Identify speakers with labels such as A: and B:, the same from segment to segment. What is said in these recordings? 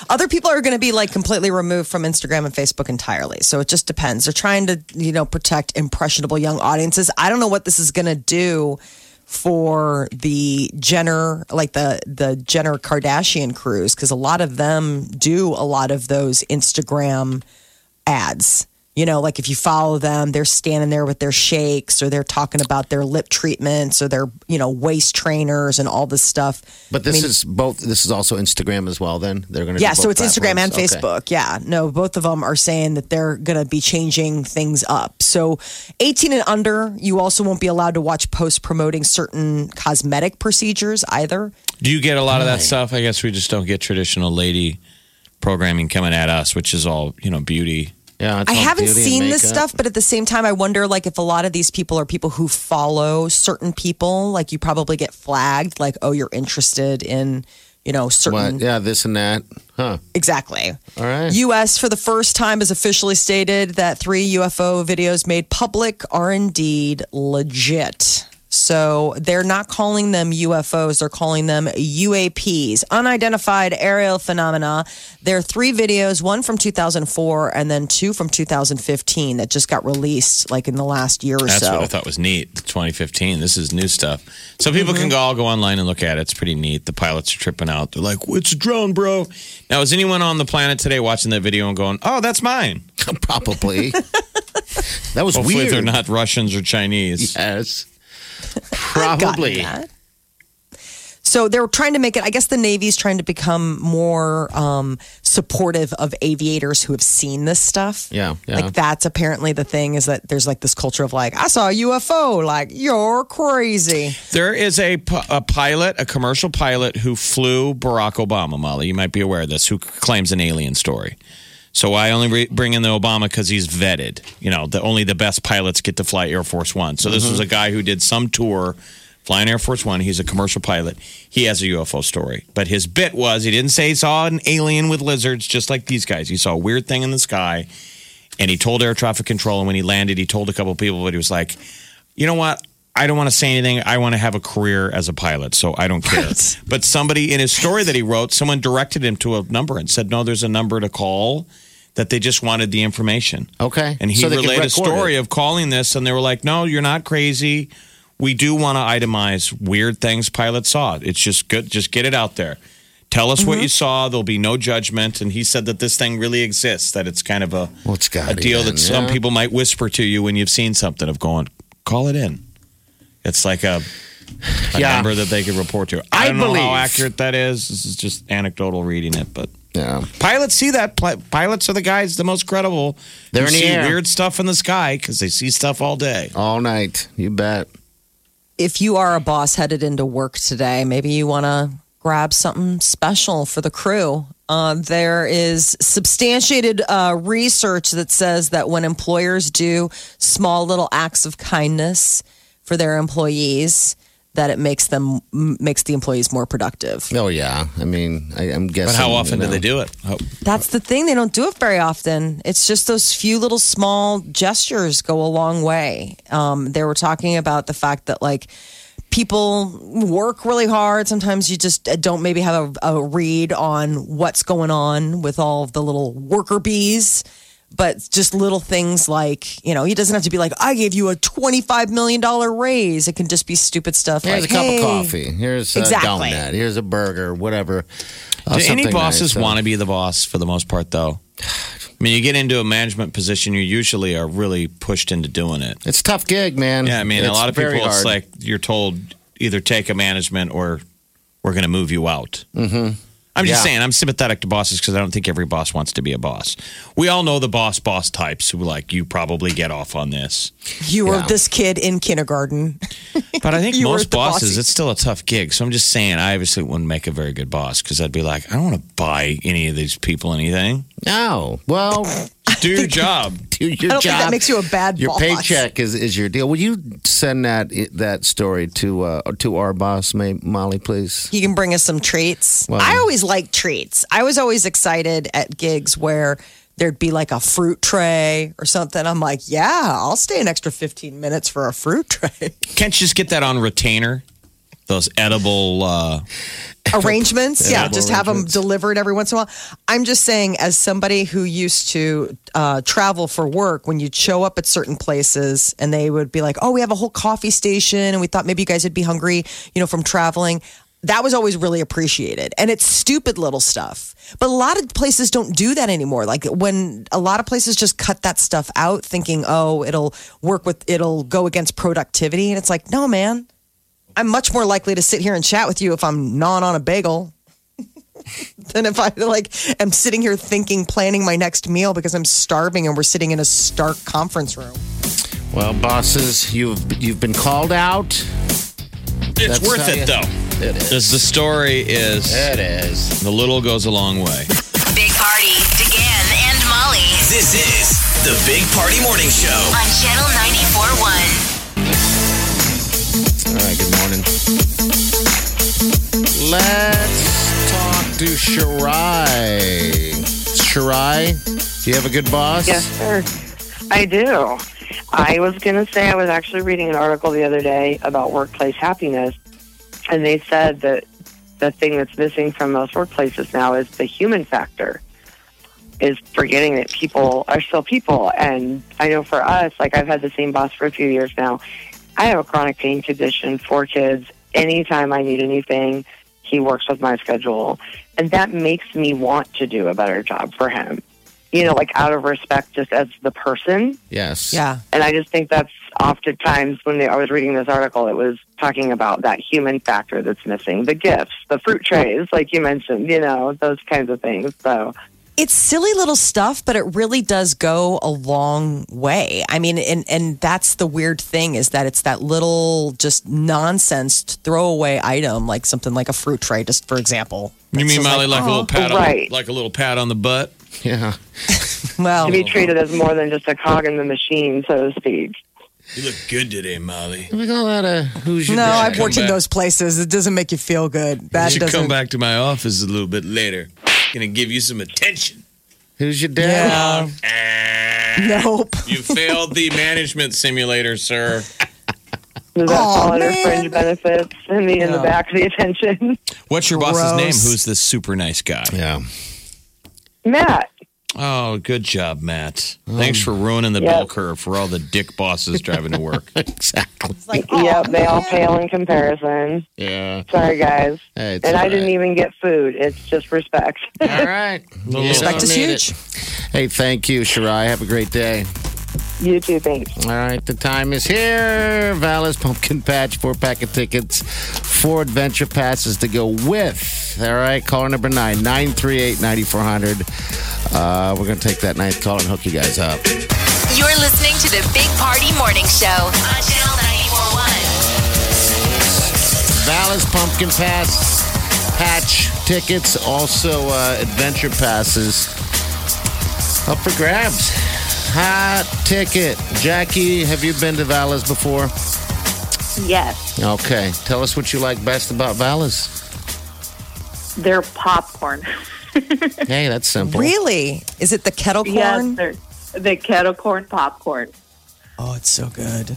A: other people are going to be like completely removed from Instagram and Facebook entirely. So it just depends. They're trying to, you know, protect impressionable young audiences. I don't know what this is going to do for the Jenner, like the the Jenner Kardashian crews, because a lot of them do a lot of those Instagram ads. You know, like if you follow them, they're standing there with their shakes or they're talking about their lip treatments or their, you know, waist trainers and all this stuff.
B: But this is both. This is also Instagram as well. Then they're going to.
A: Yeah, so it's Instagram and Facebook. Yeah, no, both of them are saying that they're going to be changing things up. So, 18 and under, you also won't be allowed to watch posts promoting certain cosmetic procedures either.
C: Do you get a lot of that stuff? I guess we just don't get traditional lady programming coming at us, which is all you know, beauty.
B: Yeah, it's
A: I
B: all
A: haven't
B: Oh, beauty and
A: seen this
B: makeup.
A: stuff, but at the same time, I wonder like if a lot of these people are people who follow certain people. Like you probably get flagged, like oh, you're interested in you know certain
B: What? Yeah, this and that. Huh.
A: Exactly.
B: All right.
A: U.S. for the first time has officially stated that three UFO videos made public are indeed legit. So they're not calling them UFOs; they're calling them UAPs, unidentified aerial phenomena. There are three videos: one from 2004 and then two from 2015 that just got released, like in the last year or
C: That's
A: so.
C: what I thought was neat. 2015. This is new stuff. So people
A: Mm-hmm.
C: can go, all go online and look at it. It's pretty neat. The pilots are tripping out. They're like, "It's a drone, bro." Now, is anyone on the planet today watching that video and going, "Oh, that's mine"?
B: Probably. that was
C: Hopefully,
B: weird.
C: they're not Russians or Chinese.
B: Yes.
A: gotten
B: Probably.
A: that. So they're trying to make it. I guess the Navy's trying to become more um, supportive of aviators who have seen this stuff.
B: Yeah, yeah.
A: Like that's apparently the thing is that there's like this culture of like I saw a UFO. Like you're crazy.
C: There is a, p- a pilot, a commercial pilot who flew Barack Obama, Molly. You might be aware of this, who claims an alien story. So I only re- bring in the Obama because he's vetted. You know, the, only the best pilots get to fly Air Force One. So this was a guy who did some tour flying Air Force One. He's a commercial pilot. He has a UFO story. But his bit was he didn't say he saw an alien with lizards, just like these guys. He saw a weird thing in the sky and he told air traffic control. And when he landed, he told a couple people, but he was like, you know what? I don't want to say anything. I want to have a career as a pilot, so I don't care. But somebody in his story that he wrote, someone directed him to a number and said, no, there's a number to call. That they just wanted the information.
B: Okay.
C: And he
B: So they could
C: relayed a
B: record
C: story
B: it.
C: of calling this, and they were like, no, you're not crazy. We do want to itemize weird things pilots saw. It's just good. Just get it out there. Tell us
B: Mm-hmm.
C: what you saw. There'll be no judgment. And he said that this thing really exists, that it's kind of a
B: Well, it's gotta
C: a
B: be
C: deal
B: then,
C: that some
B: yeah.
C: people might whisper to you when you've seen something of going, call it in. It's like a, a
B: Yeah.
C: number that they could report to. I,
B: I
C: don't know how
B: believe-
C: accurate that is. This is just anecdotal reading it, but
B: Yeah.
C: pilots see that. Pli- Pilots are the guys the most credible.
B: They're
C: who
B: in the
C: see
B: air.
C: weird stuff in the sky because they see stuff all day.
B: All night. You bet.
A: If you are a boss headed into work today, maybe you want to grab something special for the crew. Uh, there is substantiated uh, research that says that when employers do small little acts of kindness for their employees, that it makes them m- makes the employees more productive.
B: Oh yeah, I mean, I, I'm
C: But
B: guessing.
C: how often do
B: you know.
C: they do it? Oh,
A: That's the thing; they don't do it very often. It's just those few little small gestures go a long way. Um, they were talking about the fact that like people work really hard. Sometimes you just uh, don't maybe have a, a read on what's going on with all of the little worker bees. But just little things like, you know, he doesn't have to be like, I gave you a $25 million raise. It can just be stupid stuff
B: Here's
A: like,
B: a cup
A: hey,
B: of coffee. Here's a
A: Exactly.
B: donut. Here's a burger. Whatever.
C: Do
B: Uh,
C: any
B: something
C: bosses
B: nice, so-
C: want to be the boss for the most part, though? I mean, you get into a management position, you usually are really pushed into doing it.
B: It's a tough gig, man.
C: Yeah, I mean, a
B: It's
C: lot of people,
B: very
C: it's
B: hard.
C: like you're told either take a management or we're going to move you out. Mm-hmm. I'm just
B: Yeah.
C: saying, I'm sympathetic to bosses because I don't think every boss wants to be a boss. We all know the boss boss types who like you probably get off on this,
A: You were
B: Yeah.
A: this kid in kindergarten.
C: but I think
A: You were
C: most
A: the bossy.
C: bosses it's still a tough gig. So I'm just saying, I obviously wouldn't make a very good boss because I'd be like, I don't want to buy any of these people anything.
B: no. Well,
C: Do your job.
B: do your
A: I don't think that
B: job.
A: makes you a bad
B: your
A: boss.
B: paycheck is, is your deal. Will you send that that story to uh, to our boss, May, Molly, please?
A: He can bring us some treats.
B: Well-
A: I always like treats. I was always excited at gigs where there'd be like a fruit tray or something. I'm like, yeah, I'll stay an extra 15 minutes for a fruit tray.
C: Can't you just get that on retainer? Those edible. Uh,
A: arrangements. Yeah,
B: Edible
A: just have them
B: arrangements.
A: delivered every once in a while. I'm just saying, as somebody who used to uh, travel for work, when you'd show up at certain places and they would be like, oh, we have a whole coffee station and we thought maybe you guys would be hungry, you know, from traveling. That was always really appreciated. And it's stupid little stuff. But a lot of places don't do that anymore. Like when a lot of places just cut that stuff out thinking, oh, it'll work with, it'll go against productivity. And it's like, no, man. I'm much more likely to sit here and chat with you if I'm gnawing on a bagel than if I like am sitting here thinking, planning my next meal because I'm starving and we're sitting in a stark conference room.
B: Well, bosses, you've you've been called out.
C: it's
B: That's
C: worth
B: how
C: it
B: you-
C: though.
B: It is.
C: As the story is,
B: It is.
C: the little goes a long way.
D: Big Party, DeGan and Molly
E: This is the Big Party Morning Show.
D: on Channel 94.1.
B: All right, good morning. Let's talk to Shirai. Shirai, do you have a good boss?
F: Yes, sir. I do. I was going to say, I was actually reading an article the other day about workplace happiness, and they said that the thing that's missing from most workplaces now is the human factor, is forgetting that people are still people. And I know for us, like I've had the same boss for a few years now. I have a chronic pain condition, four kids. Anytime I need anything, he works with my schedule. And that makes me want to do a better job for him you know, like out of respect just as the person.
B: Yes.
F: And I just think that's oftentimes when they, I was reading this article, it was talking about that human factor that's missing the gifts, the fruit trays, like you mentioned, you know, those kinds of things. So,
A: It's silly little stuff, but it really does go a long way. I mean, and and that's the weird thing is that it's that little just nonsense throwaway item, like something like a fruit tray, just for example.
C: You mean
A: It's just
C: Molly like, uh-huh. a little
A: "Oh,
C: pat on,
F: Right.
C: like a little pat on the butt?
B: Yeah.
A: oh, Well,
F: to be treated as more than just a cog in the machine, so to speak.
C: You look good today, Molly.
B: We call that a who's your
A: no,
B: dad?
A: I've worked in
C: back.
A: those places. It doesn't make you feel good. That
C: you should
A: doesn't.
C: come back to my office a little bit later. Gonna give you some attention.
B: Who's your dad?
A: Yeah. Nope.
C: Ah. You failed the management simulator, sir.
A: Aw,
F: Does that fall under
A: man.
F: fringe benefits and the in the
A: No.
F: back of the attention?
C: What's your boss's
A: Gross.
C: name? Who's this super nice guy?
B: Yeah.
F: Matt,
C: Oh, good job, Matt. Thanks for ruining the
F: Yep.
C: bell curve for all the dick bosses driving to work.
B: Exactly.
F: yep, they all pale in comparison.
B: Yeah.
F: Sorry, guys.
B: Hey, it's
F: and I
B: all
F: didn't
B: right.
F: even get food. It's just respect.
B: All right. You
C: Respect
B: don't
A: is
B: need
A: huge.
B: it. Hey, thank you, Shirai. Have a great day.
F: you too, thanks.
B: All right, the time is here. Valis Pumpkin Patch, four pack of tickets, four adventure passes to go with. All right, caller number nine, 938 9400. Uh, we're going to take that ninth call and hook you guys up.
D: You're listening to the Big Party Morning Show on Channel 94.1.
B: Valis Pumpkin Pass, Patch tickets, also uh, adventure passes up for grabs. Hot ticket. Jackie, have you been to Valis before?
G: Yes,
B: Okay. Tell us what you like best about Valis.
G: they're popcorn.
B: Hey, that's simple.
A: Really? Is it the kettle corn?
G: Yes, they're the kettle corn popcorn.
A: oh, it's so good.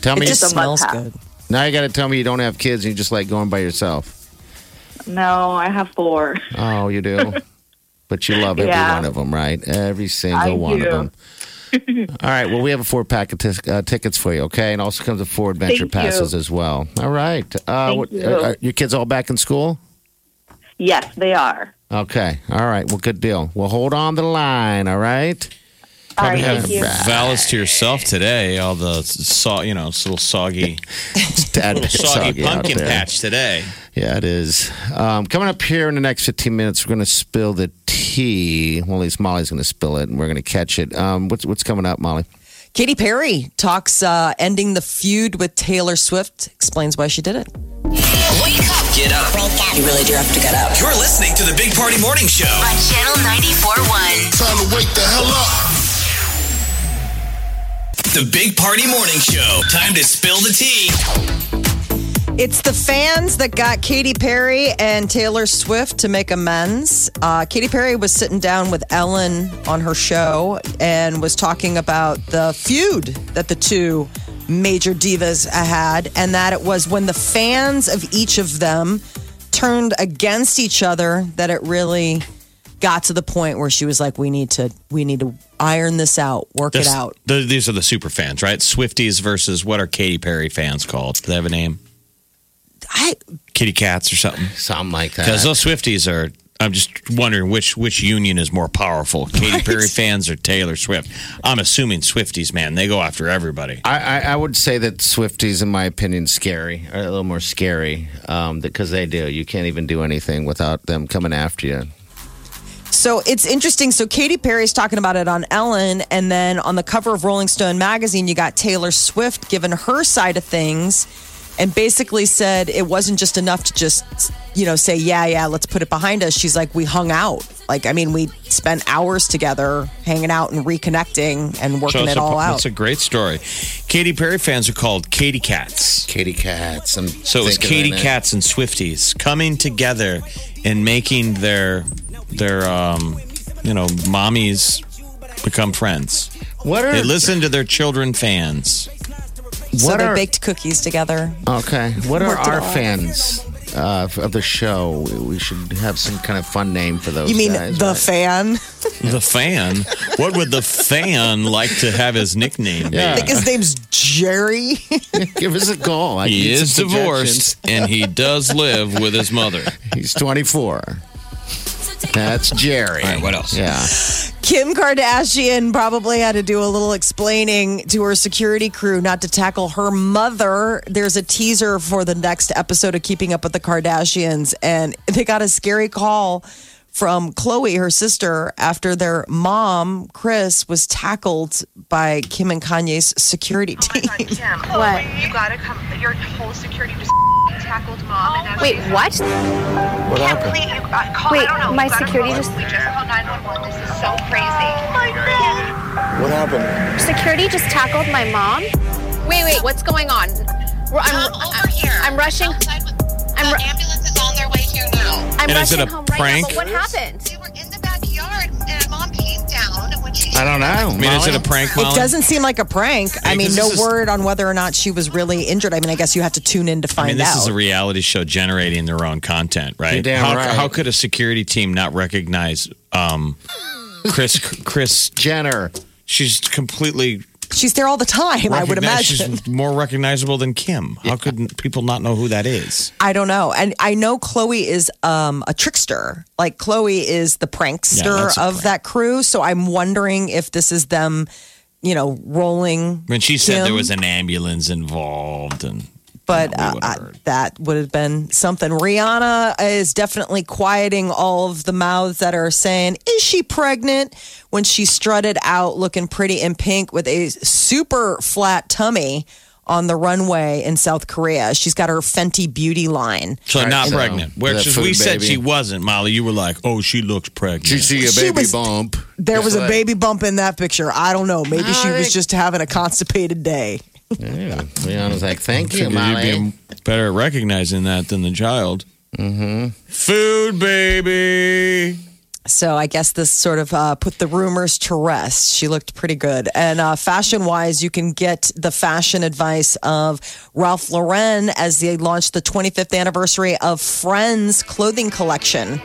B: Tell me.
A: it just
G: It's a
A: smells
G: must-have.
A: good.
B: now you got to tell me you don't have kids and you just like going by yourself.
G: No, I have four.
B: Oh, you do. but you love every
G: Yeah.
B: one of them, right? Every single
G: I
B: one
G: do.
B: of them. All right. Well, we have a four pack of tis- uh, tickets for you, okay? And also comes with four adventure
G: Thank you.
B: passes as well. All right. Uh,
G: Thank
B: what-
G: you.
B: Are, are your kids all back in school?
G: Yes, they are.
B: Okay. All right. Well, good deal. Well, hold on to the line. All right.
G: All right,
C: have
G: thank you.
C: Valis to yourself today. All the saw, you know, it's a little soggy,
B: Dad,
C: little soggy
B: soggy out
C: pumpkin
B: there.
C: patch today.
B: Yeah, it is. Um, coming up here in the next 15 minutes, we're going to spill the tea. Well, at least Molly's going to spill it, and we're going to catch it. Um, what's what's coming up, Molly?
A: Katy Perry talks uh, ending the feud with Taylor Swift, explains why she did it.
D: Wake up
E: Get up.
H: You really do have to get up.
E: You're listening to the Big Party Morning Show.
D: on Channel 94.1.
I: Time to wake the hell up.
E: The Big Party Morning Show. Time to spill the tea.
A: It's the fans that got Katy Perry and Taylor Swift to make amends. Uh, Katy Perry was sitting down with Ellen on her show and was talking about the feud that the two major divas had, and that it was when the fans of each of them turned against each other that it really got to the point where she was like, "We need to, we need to iron this out, work it
C: This-
A: out."
C: th- these are the super fans, right? Swifties versus what are Katy Perry fans called? Do they have a name?
A: I
C: Kitty cats or something?
B: Something like
C: Because those Swifties are. I'm just wondering which which union is more powerful, Katy Perry fans or Taylor Swift? I'm assuming Swifties, man. They go after everybody.
B: I, I, I would say that Swifties, in my opinion, scary, are a little more scary um, because they do. You can't even do anything without them coming after you.
A: So it's interesting. So Katy Perry's talking about it on Ellen, and then on the cover of Rolling Stone magazine, you got Taylor Swift giving her side of things, and basically said it wasn't just enough to just you know say yeah yeah let's put it behind us. She's like we hung out. Like I mean we spent hours together hanging out and reconnecting and working
C: it's
A: it
C: a,
A: all out.
C: That's a great story. Katy Perry fans are called Katy cats.
B: Katy Cats. I'm
C: So it was Katy
B: thinking right now.
C: Cats and Swifties coming together and making their their um, you know mommies become friends.
B: What are
C: They listen to their children fans.
A: so
B: what
A: they
B: are-
A: baked cookies together.
B: Okay. What are
A: Worked it
B: our
A: all out.
B: fans uh, of the show? We should have some kind of fun name for those.
A: You mean
B: guys,
A: the
B: right?
A: fan?
C: The fan. what would the fan like to have his nickname? be?
B: Yeah.
A: I think his name's Jerry.
B: Give us a call. I
C: He
B: need
C: is
B: some
C: divorced and he does live with his mother.
B: suggestions. He's 24. That's Jerry.
C: All right, what else?
B: Yeah.
A: Kim Kardashian probably had to do a little explaining to her security crew not to tackle her mother. There's a teaser for the next episode of Keeping Up with the Kardashians, and they got a scary call from Chloe, her sister, after their mom, Chris, was tackled by Kim and Kanye's security team.
J: Kim,
G: What?
J: You gotta come. Your whole security just tackled mom. And now
D: Wait,
J: she's-
D: what?
B: What
J: Kim,
B: happened?
J: please, you, uh, call, I
D: Wait,
J: don't know.
D: my
J: You gotta
D: security
J: call us.
D: just- Oh
J: We just called 911. This is so crazy. my God.
I: What happened?
D: Security just tackled my mom. Wait, wait, what's going on? We're- I'm,
J: Come
D: I'm, I'm rushing. I'm, ru-
J: ambulance is on their way here now.
D: I'm
C: And is
D: rushing
C: it a
D: home
C: prank?
D: right now. But what happened?
J: were in the backyard and mom came down when she.
B: I don't know.
C: I mean, is it a prank? Molly?
A: It doesn't seem like a prank. I
C: Hey,
A: mean,
C: this
A: no
C: is-
A: word on whether or not she was really injured. I mean, I guess you have to tune in to
C: I
A: find
C: mean, this
A: out.
C: is a reality show generating their own content, right?
B: You're damn
C: how,
B: right.
C: how could a security team not recognize um, Chris? Chris,
B: Jenner.
C: she's completely.
A: She's there all the time, I would
C: recognized-
A: imagine.
C: she's more recognizable than Kim. How could people not know who that is?
A: I don't know. And I know Chloe is um, a trickster. Like Chloe is the prankster
C: Yeah, that's a
A: of
C: prank.
A: that crew. So I'm wondering if this is them, you know, rolling.
C: When she said
A: Kim,
C: there was an ambulance involved, and
A: but
C: Yeah, we
A: uh,
C: would've
A: I-
C: heard.
A: that would have been something. Rihanna is definitely quieting all of the mouths that are saying, "Is she pregnant?" When she strutted out looking pretty in pink with a super flat tummy on the runway in South Korea. She's got her Fenty Beauty line.
C: so
B: Right,
C: not
B: so
C: pregnant. Which
B: the
C: is, we
B: food
C: said
B: baby.
C: she wasn't, Molly. You were like, oh, she looks pregnant.
B: Did you see a
A: She
B: baby
A: was-
B: bump?
A: There was
B: It's
A: a
B: like-
A: baby bump in that picture. I don't know. Maybe she
B: I
A: was
B: think-
A: just having a constipated day.
B: Yeah. Leanna's like, thank you,
C: Figured
B: Molly.
C: You'd be better at recognizing that than the child. Mm-hmm. Food, baby.
A: So I guess this sort of uh, put the rumors to rest. She looked pretty good. And uh, fashion wise, you can get the fashion advice of Ralph Lauren as they launched the 25th anniversary of Friends clothing collection.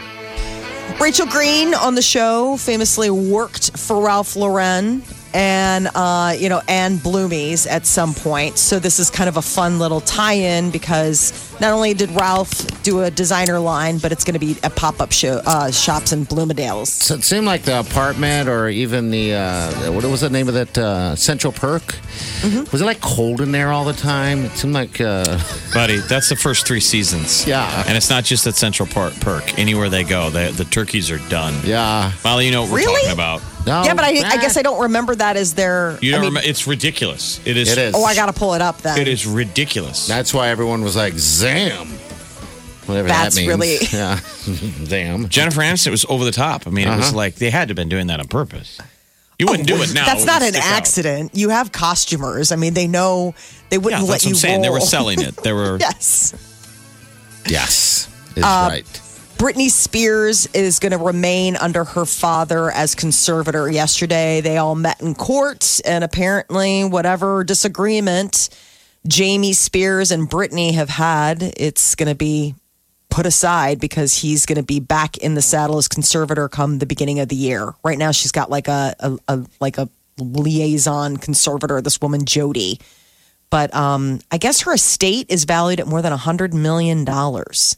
A: Rachel Green on the show famously worked for Ralph Lauren and uh, you know and Bloomies at some point. So this is kind of a fun little tie-in because not only did Ralph do a designer line, but it's going to be at pop-up show, uh, shops in Bloomingdale's.
B: So it seemed like the apartment or even the, uh, what was the name of that uh, Central Perk?
A: Mm-hmm.
B: Was it like cold in there all the time? It seemed like, uh,
C: Buddy, that's the first three seasons.
B: Yeah.
C: And it's not just at Central Park Perk. Anywhere they go, the, the turkeys are done.
B: Yeah.
C: Molly, you know what we're
A: Really?
C: talking about.
A: yeah, but I, I guess I don't remember that as their.
C: You
A: I
C: don't
A: mean-
C: remem- It's ridiculous. It is.
B: It is.
A: oh, I got to pull it up then.
C: It is ridiculous.
B: that's why everyone was like, Zam. Whatever
A: That's
B: that means.
A: really-
B: Yeah. Damn.
C: Jennifer Aniston was over the top. I mean, it was
B: Uh-huh.
C: like they had to have been doing that on purpose. You wouldn't do it now.
A: Oh, That's
C: It
A: not
C: would
A: an
C: stick out.
A: accident. You have costumers. I mean, they know they
C: Yeah,
A: wouldn't
C: that's
A: let
C: what I'm
A: you
C: saying.
A: roll.
C: They were selling it. They were.
A: yes.
B: Yes. Is
A: Uh,
B: right.
A: Britney Spears is going to remain under her father as conservator. Yesterday, they all met in court, and apparently, whatever disagreement Jamie Spears and Britney have had, it's going to be put aside because he's going to be back in the saddle as conservator come the beginning of the year. Right now, she's got like a, a, a like a liaison conservator, this woman Jody. But um, I guess her estate is valued at more than hundred million dollars.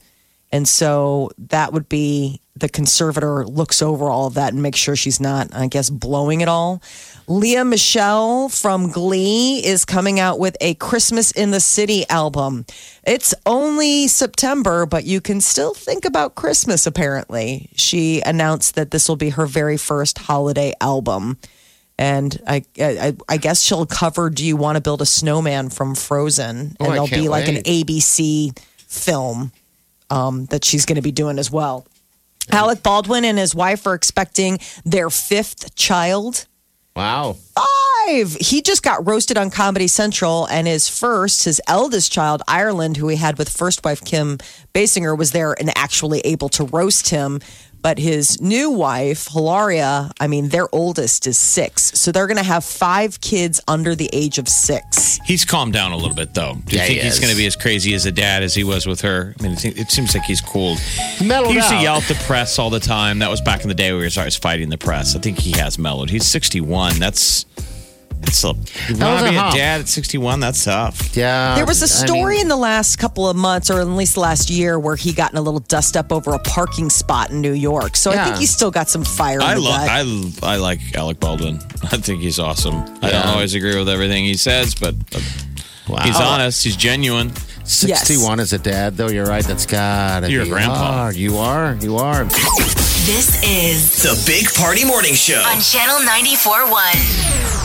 A: And so that would be the conservator looks over all of that and makes sure she's not, I guess, blowing it all. Leah Michelle from Glee is coming out with a Christmas in the City album. It's only September, but you can still think about Christmas, apparently. She announced that this will be her very first holiday album. And I, I, I guess she'll cover "Do You Want to Build a Snowman" from Frozen,
B: Oh,
A: and
B: I
A: there'll
B: can't
A: be like an
B: wait.
A: ABC film um, that she's going to be doing as well. Alec Baldwin and his wife are expecting their fifth child.
B: Wow.
A: Five. He just got roasted on Comedy Central, and his first, his eldest child, Ireland, who he had with first wife Kim Basinger, was there and actually able to roast him. But his new wife, Hilaria, I mean, their oldest is six. So they're going to have five kids under the age of six.
C: He's calmed down a little bit, though. Do you
B: Yeah, he
C: think he's
B: is.
C: going to be as crazy as a dad as he was with her? I mean, it seems- it seems like he's cooled.
B: Mellowed
C: he used
B: out.
C: to yell at the press all the time. That was back in the day where he was always fighting the press. I think he has mellowed. He's 61. That's that's a. You
B: That
C: want
B: was
C: to
B: a
C: be a
B: hump.
C: dad at 61? That's tough.
B: Yeah.
A: There was a
B: Um, I
A: story
B: mean,
A: in the last couple of months, or at least last year, where he got in a little dust up over a parking spot in New York. So I
B: Yeah.
A: think he's still got some fire.
C: I
A: in the
C: love.
A: gut.
C: I I like Alec Baldwin. I think he's awesome. I don't
B: Yeah.
C: always agree with everything he says, but uh, he's honest. He's genuine.
B: 61 as a dad, though. You're right. That's got to
C: You're a grandpa.
B: You are. You are.
D: This is
E: The Big Party Morning Show.
D: on Channel 94.1.